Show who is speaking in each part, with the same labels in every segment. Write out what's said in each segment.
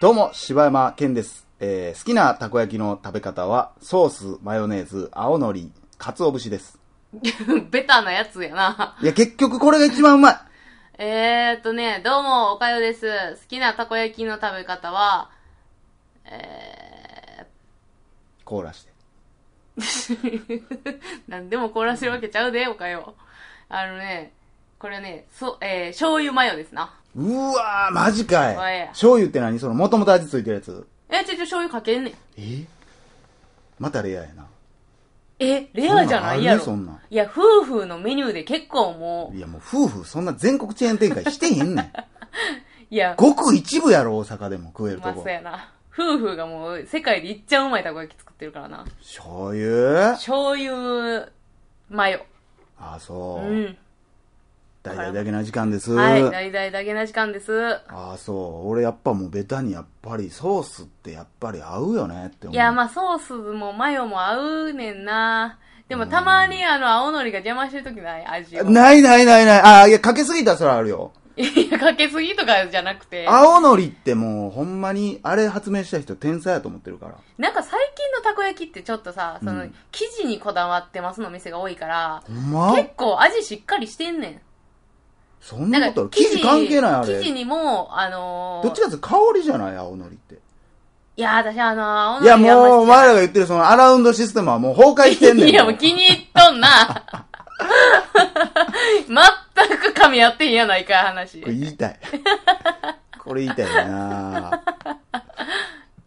Speaker 1: どうも、柴山健です。えー好きなたこ焼きの食べ方は、ソース、マヨネーズ、青のり、かつお節です。
Speaker 2: ベタなやつやな。
Speaker 1: いや、結局これが一番うまい。
Speaker 2: えーっとね、どうも、おかよです。好きなたこ焼きの食べ方は、え
Speaker 1: 凍らして。
Speaker 2: ー、なんでも凍らせるわけちゃうで、おかよ。あのね、これね、そ、えー、醤油マヨですな。
Speaker 1: うわー、マジか
Speaker 2: おい
Speaker 1: い。醤油って何その、もともと味ついてるやつ
Speaker 2: えー、ちょちょ、醤油かけんねん。
Speaker 1: えまたレアやな。
Speaker 2: え、レアじゃないやろ。
Speaker 1: そんなんある
Speaker 2: いや、夫婦のメニューで結構も
Speaker 1: いや、もう夫婦、そんな全国チェーン展開してへんねん。
Speaker 2: う、いや、
Speaker 1: ごく一部やろ、大阪でも食える
Speaker 2: ま
Speaker 1: と
Speaker 2: あ、そ
Speaker 1: こ
Speaker 2: う。やな。夫婦がもう、世界でいっちゃうまいたこ焼き作ってるからな。
Speaker 1: 醤油
Speaker 2: 醤油マヨ。
Speaker 1: あ、そうう。
Speaker 2: ん。
Speaker 1: 大々だけな時間です。
Speaker 2: はい、大々だけな時間です。
Speaker 1: ああそう俺やっぱもうベタにやっぱりソースってやっぱり合うよねって思う
Speaker 2: いや、まあ、ソースもマヨも合うねんな。でも、たまに、あの、青のりが邪魔してるときない味を。
Speaker 1: ないないないないああいやかけすぎたらそれはあるよ
Speaker 2: いや、かけすぎとかじゃなくて。
Speaker 1: 青のりってもうほんまにあれ発明した人天才やと思ってるから
Speaker 2: なんか最近のたこ焼きってちょっとさ、その、
Speaker 1: うん
Speaker 2: 生地にこだわってますの店が多いから、
Speaker 1: ほんま
Speaker 2: 結構味しっかりしてんね
Speaker 1: そん
Speaker 2: ん。
Speaker 1: な
Speaker 2: な
Speaker 1: こ
Speaker 2: ん
Speaker 1: とあ
Speaker 2: か
Speaker 1: る生地関係ないあ
Speaker 2: 生地
Speaker 1: れ
Speaker 2: にも、あのー
Speaker 1: どっちかっていうと香りじゃない青のりって
Speaker 2: いや、私あのー、青の
Speaker 1: い
Speaker 2: り
Speaker 1: や
Speaker 2: が
Speaker 1: もうお
Speaker 2: あんま
Speaker 1: 前らが言ってるそのアラウンドシステムはもう崩壊してん ねん
Speaker 2: いや、もう気に入っとんな。 全く噛み合ってんやないかい、話。
Speaker 1: これ言いたい。これ言いたいな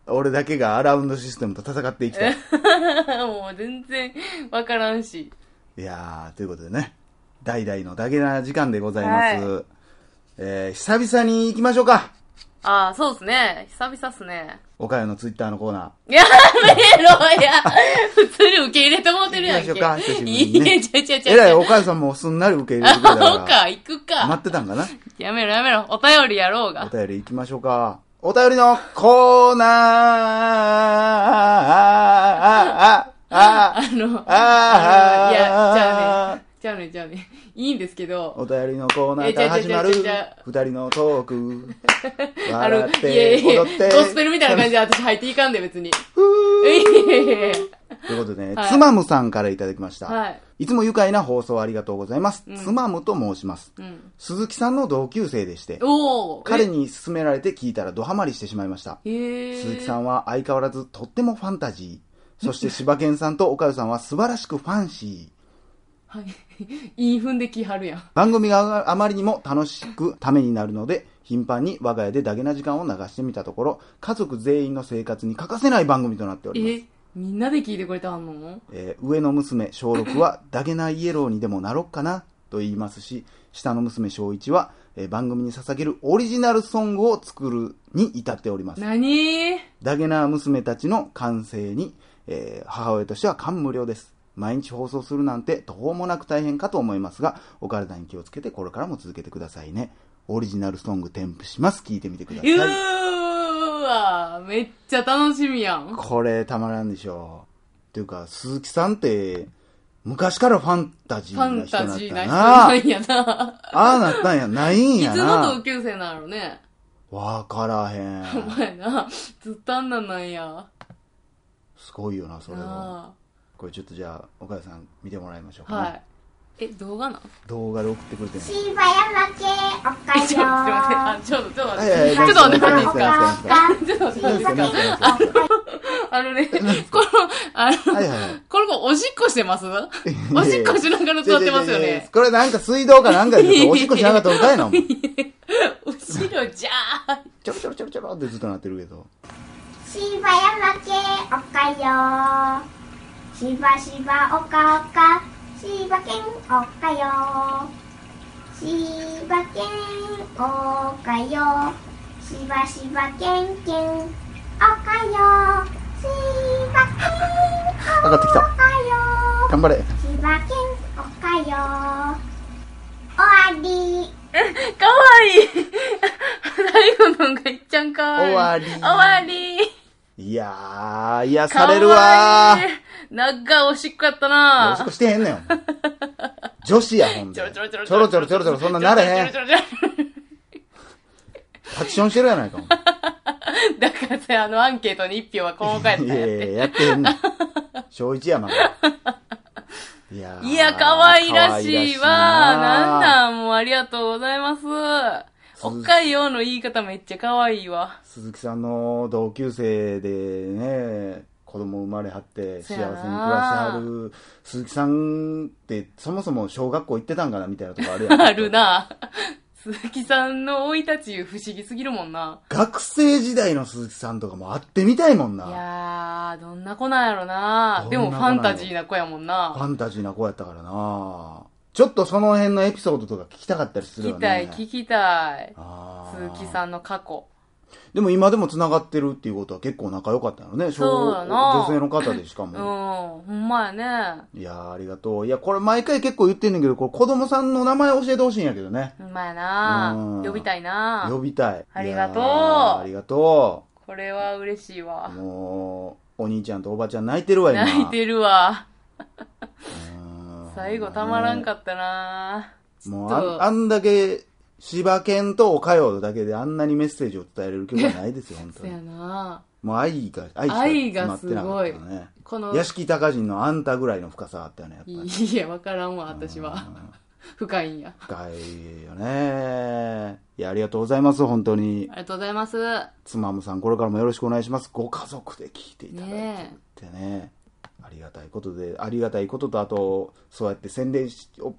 Speaker 1: 俺だけがアラウンドシステムと戦っていきたい。
Speaker 2: もう全然わからんし。
Speaker 1: いやー、ということでね、代々のだけな時間でございます。
Speaker 2: は
Speaker 1: えー、久々に行きましょうか。
Speaker 2: ああ、そうですね。久々っすね。
Speaker 1: おかよのツイッターのコーナ
Speaker 2: やめろや普通に受け入れてもうてるやんけ。
Speaker 1: 行きましょうか久しぶりにね
Speaker 2: いや、ちゃうちゃう
Speaker 1: ー。
Speaker 2: ち
Speaker 1: えらい
Speaker 2: ゃ
Speaker 1: お
Speaker 2: う。
Speaker 1: かよさんもすんなり受け入れてくれた
Speaker 2: あ、お
Speaker 1: か
Speaker 2: か、行く
Speaker 1: ら、待
Speaker 2: か
Speaker 1: っ。てたんかな。
Speaker 2: やめろやめろ。お便りやろう
Speaker 1: お
Speaker 2: が。
Speaker 1: 便り行きましょうか。お便りのコーナーあーあーあーあー
Speaker 2: あの、
Speaker 1: あー
Speaker 2: いや、じゃあね。じゃあね、じゃあね。いいんですけど。
Speaker 1: お便りのコーナーから始まる
Speaker 2: えちゃうちゃうちゃうちゃ
Speaker 1: 二人のトーク。
Speaker 2: あの
Speaker 1: 笑、っ
Speaker 2: いや
Speaker 1: て、
Speaker 2: いや
Speaker 1: 踊って。
Speaker 2: ゴスペルみたいな感じで私入っていかんで、別に。いやいやいや
Speaker 1: ということでね
Speaker 2: は、い
Speaker 1: つまむさんからいただきました。
Speaker 2: はい。
Speaker 1: いつも愉快な放送ありがとうございます。つまむと申します。
Speaker 2: うん。
Speaker 1: 鈴木さんの同級生でして、
Speaker 2: おー。
Speaker 1: 彼に勧められて聞いたらドハマりしてしまいました。
Speaker 2: え。へー。
Speaker 1: 鈴木さんは相変わらずとってもファンタジー。そして柴犬さんと岡代さんは素晴らしくファンシー。
Speaker 2: はい。 いい踏んできはるやん。
Speaker 1: 番組があまりにも楽しくためになるので、頻繁に我が家でダゲな時間を流してみたところ、家族全員の生活に欠かせない番組となっております。
Speaker 2: え、みんなで聞いてくれたの
Speaker 1: えー上の娘小6は「ダゲなイエローにでもなろっかな」と言いますし下の娘小1は、えー番組に捧げるオリジナルソングを作るに至っております
Speaker 2: 何
Speaker 1: ダゲな娘たちの完成に、えー母親としては感無量です毎日放送するなんて途方もなく大変かと思いますがお体に気をつけてこれからも続けてくださいねオリジナルソング添付します聞いてみてくださいう
Speaker 2: ーわめっちゃ楽しみやん。
Speaker 1: これたまらんでしょう。というか、鈴木さんって、昔からファンタジー
Speaker 2: ファ
Speaker 1: な
Speaker 2: ン
Speaker 1: 人だ
Speaker 2: タ
Speaker 1: った
Speaker 2: ジー
Speaker 1: な
Speaker 2: な人
Speaker 1: あ
Speaker 2: なんやな。
Speaker 1: あなったんや、ないん
Speaker 2: い
Speaker 1: や
Speaker 2: つの同
Speaker 1: な。
Speaker 2: 級生なのね。
Speaker 1: わからへ
Speaker 2: お
Speaker 1: ん。
Speaker 2: 前な、ずっとあんなんなんや。
Speaker 1: すごいよな、それは。
Speaker 2: な
Speaker 1: これちょっとじゃあ、岡田さん見てもらいましょう
Speaker 2: あ。
Speaker 1: かね、
Speaker 2: はい。え、動画なん
Speaker 1: 動画で送ってくれ てる
Speaker 3: 柴山系おか
Speaker 2: え、
Speaker 3: よ
Speaker 2: ちょっと待って、あ、ちょっと、ちょっと待っ
Speaker 1: はい
Speaker 2: て。
Speaker 1: はい
Speaker 2: ちょっと待って、
Speaker 1: はい
Speaker 2: 待っていいですかちょっと待って、待っていいですかあのね、この、あの、
Speaker 1: はいはいはい
Speaker 2: この子、おしっこしてますおしっこしながら座って
Speaker 1: いや
Speaker 2: ますよ
Speaker 1: いやいや
Speaker 2: ね。
Speaker 1: これなんか水道かなんかでちょっとおしっこしながら歌えな、お前
Speaker 2: 後ろじゃ
Speaker 1: ち
Speaker 2: ー
Speaker 1: ょろちょろちょろちょろってずっとなってるけど。
Speaker 3: 柴山系おかよしばしばおかおかしばけんおかよしばけんおかよしばしばけんけんおかよしばけん
Speaker 1: 上がってきた
Speaker 3: おかよ
Speaker 1: 頑張れ。
Speaker 3: しばけんおかよ終わり
Speaker 2: かわいい最後のがいっちゃんかわいい。
Speaker 1: 終
Speaker 2: 終
Speaker 1: わ
Speaker 2: わり
Speaker 1: いやー、癒されるわー。
Speaker 2: ー長いおしっこやった
Speaker 1: おしっ
Speaker 2: な
Speaker 1: こしてへんねん。女子や、ほん
Speaker 2: ち
Speaker 1: で。
Speaker 2: ょろちょろちょろ
Speaker 1: ちょろちょろちょろちょろ、そんななれへん
Speaker 2: ちょ。ろちょろちょろちょろ
Speaker 1: タクションしてるやないか。
Speaker 2: だからさ、あのアンケートに一票はこの回やっ
Speaker 1: い
Speaker 2: たん
Speaker 1: や
Speaker 2: やっ
Speaker 1: いや
Speaker 2: て。
Speaker 1: やってへんねん。小一やまだ。いやー
Speaker 2: いや、可愛らしいわ。なん
Speaker 1: ん。
Speaker 2: なん、もうありがとうございます。北海道の言い方めっちゃ可愛いわ。
Speaker 1: 鈴木さんの同級生でね、子供生まれはって
Speaker 2: そ
Speaker 1: 幸せ
Speaker 2: や
Speaker 1: に暮らし
Speaker 2: な
Speaker 1: てはる鈴木さんってそもそも小学校行ってたんかなみたいなとこあるやん。
Speaker 2: あるな。鈴木さんの生い立ち不思議すぎるもんな。
Speaker 1: 学生時代の鈴木さんとかも会ってみたいもん
Speaker 2: い
Speaker 1: な。
Speaker 2: やー、どんな子なんやろな。で
Speaker 1: どん
Speaker 2: も
Speaker 1: な子なんやろ
Speaker 2: ファンタジーな子やもん
Speaker 1: フ
Speaker 2: な。
Speaker 1: ァンタジーな子やったからな。ちょっとその辺のエピソードとか聞きたかったりする
Speaker 2: 聞
Speaker 1: よ
Speaker 2: きたい、
Speaker 1: ね。
Speaker 2: 聞きたい。
Speaker 1: あー
Speaker 2: 鈴木さんの過去。
Speaker 1: でも今でも繋がってるっていうことは結構仲良かったのね。
Speaker 2: そうやな
Speaker 1: 女性の方でしか
Speaker 2: うん、
Speaker 1: も。
Speaker 2: ほんまやね。
Speaker 1: いやーありがとう。いや、これ毎回結構言ってんねんけど、これ子供さんの名前教えてほしいんやけどね。
Speaker 2: ほんまやな
Speaker 1: うん。
Speaker 2: 呼びたいな
Speaker 1: 呼。びたい。
Speaker 2: ありがとう
Speaker 1: いやーありがと。
Speaker 2: これは嬉しいうわ。
Speaker 1: もう、お兄ちゃんとおばちゃん泣いてるわ、今。
Speaker 2: 泣いてるわ。
Speaker 1: うん
Speaker 2: 最後たまらんかったな。
Speaker 1: もう
Speaker 2: ちょっ
Speaker 1: あ、
Speaker 2: と
Speaker 1: あんだけ、柴犬とおかよだけであんなにメッセージを伝えれる曲はないですよ、本当
Speaker 2: そ
Speaker 1: に
Speaker 2: や。な。
Speaker 1: もう愛が、愛しか
Speaker 2: 愛
Speaker 1: 詰ま
Speaker 2: が
Speaker 1: っ
Speaker 2: す
Speaker 1: てなか
Speaker 2: ご
Speaker 1: っ
Speaker 2: い
Speaker 1: たね。
Speaker 2: この、
Speaker 1: 屋敷隆人のあんたぐらいの深さあったよね、やっぱり。
Speaker 2: いや、わからんわ、私は。深いんや。
Speaker 1: 深いよね。いや、ありがとうございます、本当に
Speaker 2: あ。りがとうございます。
Speaker 1: つまむさん、これからもよろしくお願いします。ご家族で聞いていただいて
Speaker 2: ね
Speaker 1: ってね。ありがたいことで、ありがたいことと、あと、そうやって宣伝し、お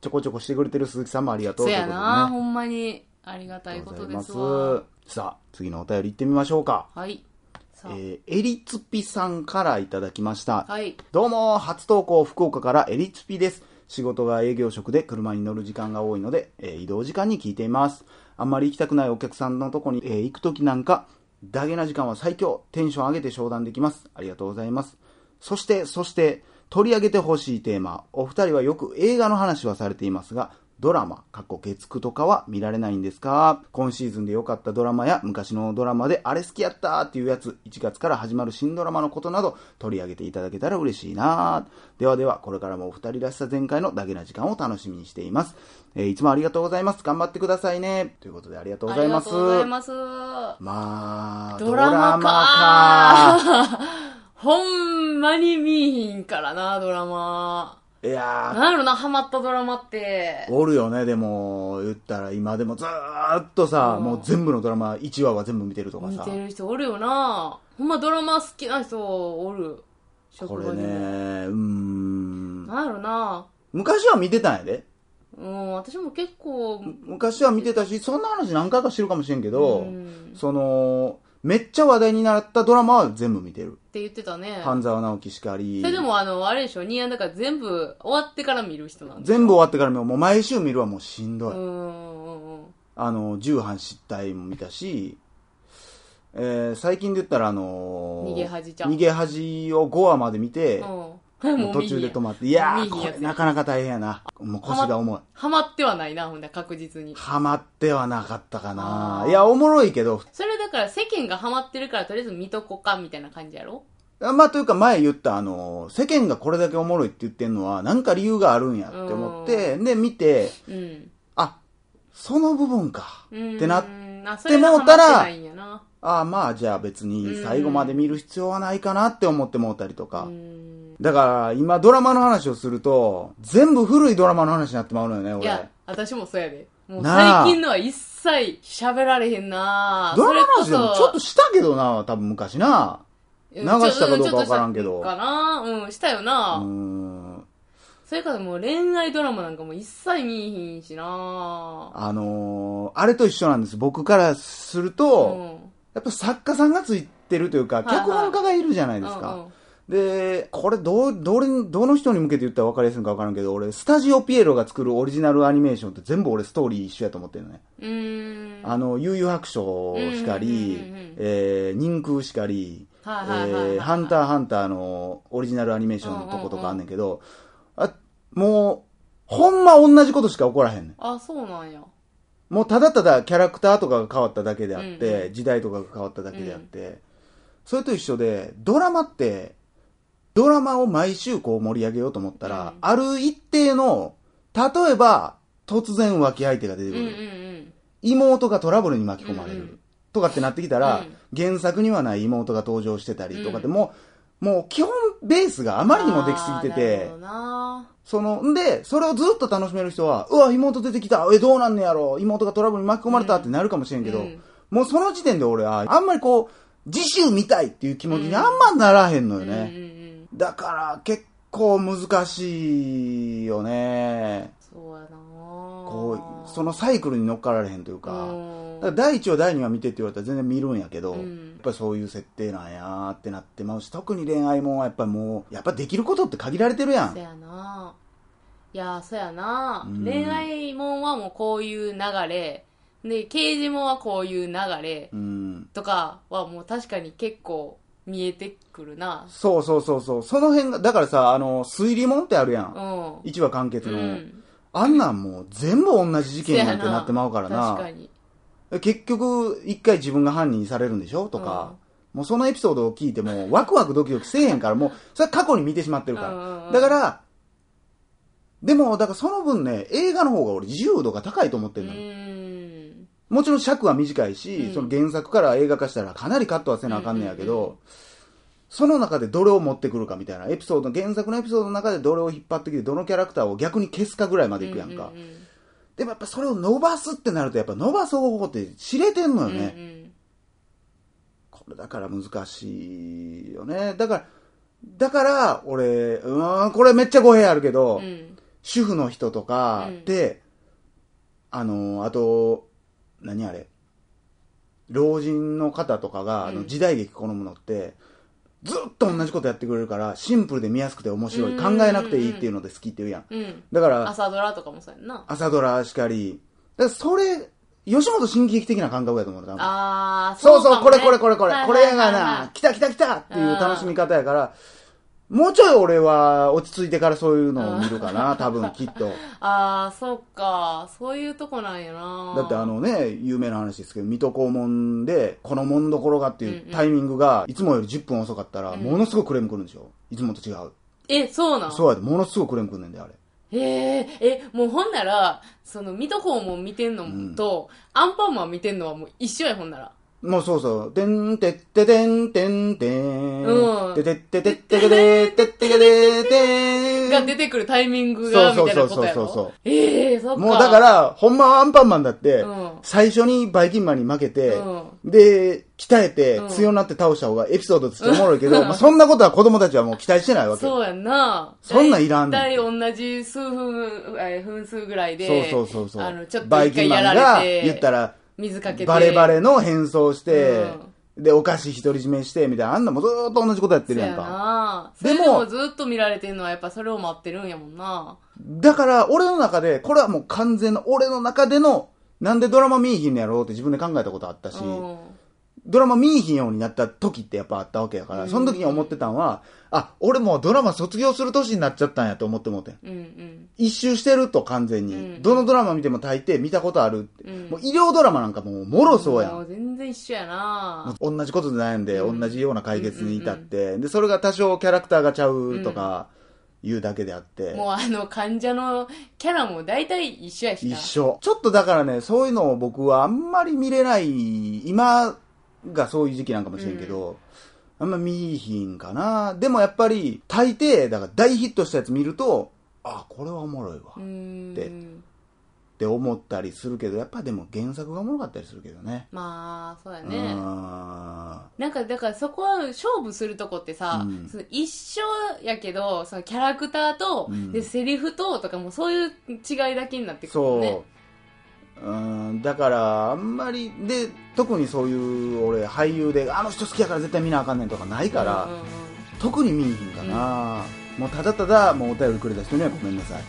Speaker 1: ちょこちょこしてくれてる鈴木さんもありが
Speaker 2: え。
Speaker 1: とう
Speaker 2: そ
Speaker 1: というこ
Speaker 2: や
Speaker 1: とでね。
Speaker 2: な、ほんまに。ありがた
Speaker 1: あり
Speaker 2: い
Speaker 1: が
Speaker 2: こと
Speaker 1: う
Speaker 2: と
Speaker 1: ござい
Speaker 2: で
Speaker 1: ます
Speaker 2: わ。
Speaker 1: す。さあ、次のお便り行ってみましょうか。
Speaker 2: はい。さあ、
Speaker 1: えー、エリツピさんからいただきました。
Speaker 2: はい。
Speaker 1: どうも、初投稿、福岡からエリツピです。仕事が営業職で車に乗る時間が多いので、えー移動時間に聞いています。あんまり行きたくないお客さんのとこに、えー行くときなんか、ダゲな時間は最強、テンション上げて商談できます。ありがとうございます。そして、そして、取り上げてほしいテーマ、お二人はよく映画の話はされていますが、ドラマ、過去月9とかは見られないんですか今シーズンで良かったドラマや昔のドラマであれ好きやったっていうやつ、1月から始まる新ドラマのことなど取り上げていただけたら嬉しいなではでは、これからもお二人らしさ全開のダゲな時間を楽しみにしています。えーいつもありがとうございます。頑張ってくださいね。ということでありがとうご
Speaker 2: あ
Speaker 1: ざい
Speaker 2: り
Speaker 1: ま
Speaker 2: が
Speaker 1: す。
Speaker 2: とうございます。
Speaker 1: まあ、
Speaker 2: ドラマ
Speaker 1: ドラマか
Speaker 2: か。ほんまに見いひんからな、ドラマ。
Speaker 1: いやー、
Speaker 2: なんやろな、ハマったドラマって。
Speaker 1: おるよね、でも、言ったら今でもずーっとさ、
Speaker 2: うん
Speaker 1: もう全部のドラマ、1話は全部見てるとか
Speaker 2: 見
Speaker 1: さ
Speaker 2: て、る人おるよな。ほんまドラマ好きな人おる。
Speaker 1: こ
Speaker 2: 職
Speaker 1: れ
Speaker 2: 場
Speaker 1: ね、
Speaker 2: に
Speaker 1: う
Speaker 2: も。
Speaker 1: ーん。
Speaker 2: なんやろな。
Speaker 1: 昔は見てたんやで。
Speaker 2: うん、私も結構、
Speaker 1: 昔は見てたし、そんな話何回かしてるかもしれんけど、
Speaker 2: うん
Speaker 1: その、めっちゃ話題になったドラマは全部見てる。
Speaker 2: って言ってたね。
Speaker 1: 半沢直樹しかり。
Speaker 2: それでもあの、あれでしょ、ニアンだから全部終わってから見る人なんだ。
Speaker 1: 全部終わってから見ようもう毎週見るはもうしんどい。
Speaker 2: うんうんうん。
Speaker 1: あの、重版失態も見たし、えー最近で言ったらあのー
Speaker 2: 逃げ恥ちゃん
Speaker 1: 逃げ恥を5話まで見て、
Speaker 2: うん。
Speaker 1: もう途中で止
Speaker 2: ま
Speaker 1: まって。いやー、
Speaker 2: 見えへん
Speaker 1: こ
Speaker 2: やつ
Speaker 1: れなかなか大変やな。もう腰が重い。
Speaker 2: ハマってはないな、ほんだら確実に。
Speaker 1: ハマってはなかったかな
Speaker 2: あ。ー
Speaker 1: いや、おもろいけど、
Speaker 2: それだから世間がハマってるからとりあえず見とこかみたいな感じやろ
Speaker 1: まあというか前言ったあの、世間がこれだけおもろいって言ってんのは、なんか理由があるんやって思って、で、見て、
Speaker 2: うん。
Speaker 1: あ、その部分か。
Speaker 2: うん。
Speaker 1: ってなっ
Speaker 2: あ、それがハマってないんやな。
Speaker 1: あーまあじゃあ別に最後まで見る必要はないかなって思ってもうたりと
Speaker 2: う
Speaker 1: か。
Speaker 2: ん。
Speaker 1: だから今ドラマの話をすると、全部古いドラマの話になってまうのよね、
Speaker 2: い
Speaker 1: 俺
Speaker 2: や。、私もそうやで。もう
Speaker 1: なあ
Speaker 2: 最近のは一切喋られへんな
Speaker 1: ドラマの話でもちょっと
Speaker 2: そ
Speaker 1: したけどな、多分昔な。
Speaker 2: れ
Speaker 1: 流
Speaker 2: こそ
Speaker 1: したかどうか
Speaker 2: うん
Speaker 1: わからんけど
Speaker 2: ちょっとしたかなうん、したよな、
Speaker 1: うーん
Speaker 2: それからもう恋愛ドラマなんかも一切見えへんしな
Speaker 1: あのーあれと一緒なんです。僕からする
Speaker 2: う
Speaker 1: と、
Speaker 2: ん。
Speaker 1: やっぱ作家さんがついてるというか、
Speaker 2: はいはい
Speaker 1: 脚本家がいるじゃないですか。で、これどう、どれ、どの人に向けて言ったら分かりやすいのか分からんけど、俺、スタジオピエロが作るオリジナルアニメーションって全部俺ストーリー一緒やと思ってるのね。
Speaker 2: うん。うん。
Speaker 1: あの、悠々白書しかり
Speaker 2: うんうんうんうんうん、
Speaker 1: えー、人空しかり、
Speaker 2: はいはいはいはい
Speaker 1: えーハンターハンターのオリジナルアニメーションのとことかあんねんけど、あ、もう、ほんま同じことしか起こらへんねん。
Speaker 2: あ、そうなんや。
Speaker 1: もうただただキャラクターとかが変わっただけであって、
Speaker 2: うんう
Speaker 1: 時代とかが変わっただけであって、それと一緒で、ドラマって、ドラマを毎週こう盛り上げようと思ったら、
Speaker 2: うん
Speaker 1: ある一定の、例えば、突然浮気相手が出て
Speaker 2: うん
Speaker 1: く
Speaker 2: う
Speaker 1: る。
Speaker 2: んうん。
Speaker 1: 妹がトラブルに巻き込まれる。
Speaker 2: うんうん
Speaker 1: とかってなってきたら、
Speaker 2: うん
Speaker 1: 原作にはない妹が登場してたりとかでも、もう基本ベースがあまりにもできすぎて
Speaker 2: あーなる
Speaker 1: て
Speaker 2: ほど、な
Speaker 1: その、んで、それをずっと楽しめる人は、うわ、妹出てきた、え、どうなんねやろ、妹がトラブルに巻き込まれたってなるかもしれんけど、
Speaker 2: うん
Speaker 1: もうその時点で俺は、あんまりこう、次週見たいっていう気持ちにあんまならへんのよね。
Speaker 2: うんうんうん
Speaker 1: だから、結構難しいよね。
Speaker 2: そうやな
Speaker 1: こう、そのサイクルに乗っかられへんというか、
Speaker 2: うん
Speaker 1: だから第1話、第2話見てって言われたら全然見るんやけど、
Speaker 2: うん
Speaker 1: やっぱりそういう設定なんやーってなってまうし、特に恋愛もんはやっぱりもう、やっぱできることって限られてるや
Speaker 2: そ
Speaker 1: ん。
Speaker 2: やないやーそやな、
Speaker 1: うん
Speaker 2: 恋愛もんはもうこういう流れで刑事もんはこういう流れ
Speaker 1: うん。
Speaker 2: とかはもう確かに結構見えてくるな
Speaker 1: そうそうそうそう。その辺が、だからさ、あの、推理もんってあるや。
Speaker 2: うんん
Speaker 1: 一話完結
Speaker 2: う
Speaker 1: の。
Speaker 2: ん
Speaker 1: あんなんもう全部同じ事件なんてなってまうから な。
Speaker 2: 確かに
Speaker 1: 結局、一回自分が犯人にされるんでしょとか、もうそのエピソードを聞いても、ワクワクドキドキせえへんから、もう、それは過去に見てしまってる
Speaker 2: うんうん
Speaker 1: か
Speaker 2: う
Speaker 1: ら。
Speaker 2: ん
Speaker 1: だから、でも、だからその分ね、映画の方が俺自由度が高いと思って
Speaker 2: う
Speaker 1: るのよ。
Speaker 2: ん
Speaker 1: もちろん尺は短いし、
Speaker 2: うん
Speaker 1: その原作から映画化したらかなりカットはせなあかんねやけど、
Speaker 2: うんうんう
Speaker 1: その中でどれを持ってくるかみたいな、エピソード、原作のエピソードの中でどれを引っ張ってきて、どのキャラクターを逆に消すかぐらいまでいくやんか。
Speaker 2: ううん
Speaker 1: でもやっぱそれを伸ばすってなると、やっぱ伸ばす方法って知れてんの
Speaker 2: う
Speaker 1: よ
Speaker 2: ん
Speaker 1: ね。
Speaker 2: うん
Speaker 1: これだから難しいよね。だから、だから、俺、うーん、これめっちゃ語弊あるけど、
Speaker 2: うんうん
Speaker 1: 主婦の人とか
Speaker 2: うん
Speaker 1: で、あの、あと、何あれ、老人の方とかが、あ
Speaker 2: う
Speaker 1: の
Speaker 2: ん
Speaker 1: 時代劇好むのって、ずっと同じことやってくれるから、シンプルで見やすくて面白い、
Speaker 2: うん
Speaker 1: 考えなくていいっていうので好きって言うやん。
Speaker 2: うん
Speaker 1: だから、
Speaker 2: 朝ドラとかもそうやんな
Speaker 1: 朝ドラしかり、だからそれ、吉本新喜劇的な感覚やと思う多分
Speaker 2: ああ
Speaker 1: そうそう、これこれこれこれ、これやがな、
Speaker 2: な
Speaker 1: 来た来た来たっていう楽しみ方やから、もうちょい俺は落ち着いてからそういうのを見るかな、多分きっと。
Speaker 2: ああそっかそういうとこなんやな
Speaker 1: だってあのね、有名な話ですけど、水戸黄門で、この門どころがっていうタイミングが、いつもより10分遅かったら、
Speaker 2: うん
Speaker 1: ものすごいクレームくるんでしょいつもと違う。
Speaker 2: えそうなん
Speaker 1: そうやで、ものすごいクレームくんねんで、あれ。
Speaker 2: えええ、もうほんなら、その、水戸黄門見てんのと、アンパンマン見てんのはもう一緒や、ほんなら。
Speaker 1: もうそうそう、てんてっててんてんて
Speaker 2: うん
Speaker 1: ん、ててっててってけでーてってけでーてー
Speaker 2: が出てくるタイミングが、み
Speaker 1: そう
Speaker 2: たいなことや
Speaker 1: そうそうそうそ
Speaker 2: ろ
Speaker 1: う。
Speaker 2: ええそっか。
Speaker 1: もうだか、ら、ほんまはアンパンマンだって、
Speaker 2: うん
Speaker 1: 最初にバイキンマンに負けて、
Speaker 2: う
Speaker 1: で、鍛えて
Speaker 2: うん
Speaker 1: 強になって倒した方がエピソードとしておもろいけど、まあそんなことは子供たちはもう期待してないわけ。
Speaker 2: そうやんな。
Speaker 1: そんなんいらんねん
Speaker 2: 大体同じ数分、えー分数ぐらいで、
Speaker 1: そうそうそうそう
Speaker 2: あの、ちょっと
Speaker 1: バイ
Speaker 2: 一
Speaker 1: キン
Speaker 2: 回
Speaker 1: マ
Speaker 2: や
Speaker 1: ン
Speaker 2: ら
Speaker 1: が
Speaker 2: れて、
Speaker 1: 言ったら、
Speaker 2: 水かけて。
Speaker 1: バレバレの変装して、で、お菓子独り占めして、みたいな、あんなもずーっと同じことやって
Speaker 2: そう
Speaker 1: るや
Speaker 2: や
Speaker 1: んか。
Speaker 2: な。そ
Speaker 1: で
Speaker 2: れ
Speaker 1: も
Speaker 2: でもずっと見られてんのは、やっぱそれを待ってるんやもんな。
Speaker 1: だから、俺の中で、これはもう完全の、俺の中での、なんでドラマ見いひんのやろうって自分で考えたことあったし、
Speaker 2: うん。
Speaker 1: ドラマ見いひんようになった時ってやっぱあったわけやか
Speaker 2: う
Speaker 1: ら、
Speaker 2: ん
Speaker 1: その時に思ってたんは、あ、俺もうドラマ卒業する年になっちゃったんやと思ってもうてん。
Speaker 2: うんうん。
Speaker 1: 一周してると完全に、
Speaker 2: うん
Speaker 1: どのドラマ見ても大抵見たことあるって、
Speaker 2: うん
Speaker 1: もう医療ドラマなんかもうもろそうや
Speaker 2: も
Speaker 1: ん。
Speaker 2: う全然一緒やな。
Speaker 1: 同じことで悩んで、
Speaker 2: うん
Speaker 1: 同じような解決に至って、で、それが多少キャラクターがちゃうとか、いうだけであって、
Speaker 2: もうあの患者のキャラも大体一緒やしな。
Speaker 1: 一緒。ちょっとだからね、そういうのを僕はあんまり見れない、今がそういう時期なんかもしれんけど、あんま見いひんかな。でもやっぱり、大抵、だから大ヒットしたやつ見ると、あ、これはおもろいわ。
Speaker 2: うー
Speaker 1: で
Speaker 2: ん。
Speaker 1: って思ったりするけど、やっぱでも原作がおもろかったりするけどね。
Speaker 2: まあ、そうや
Speaker 1: うー
Speaker 2: ね。
Speaker 1: ん
Speaker 2: なんか、だからそこは勝負するとこってさ、
Speaker 1: うん
Speaker 2: その一緒やけど、そのキャラクターと、
Speaker 1: うん
Speaker 2: で、セリフと、とかもそういう違いだけになってくる
Speaker 1: そ
Speaker 2: も
Speaker 1: う。
Speaker 2: んね。
Speaker 1: うーん、だから、あんまり、で、特にそういう、俺、俳優で、あの人好きやから絶対見なあかんねんとかないから、
Speaker 2: うんうんうん
Speaker 1: 特に見にひんかな、もうただただもうお便りくれた人にはごめんなさい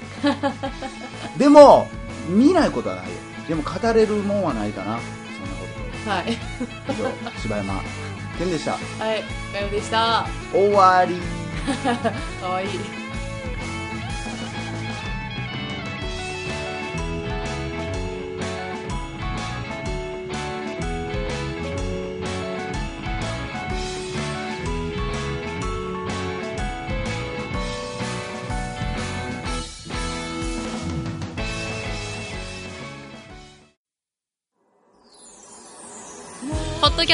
Speaker 1: でも見ないことはないよでも語れるもんはないかなそんなこ
Speaker 2: はい。
Speaker 1: とで以上柴山健でした
Speaker 2: はい。ガヨでした。
Speaker 1: 終わり
Speaker 2: かわいい。
Speaker 4: 「もう
Speaker 2: ッドキ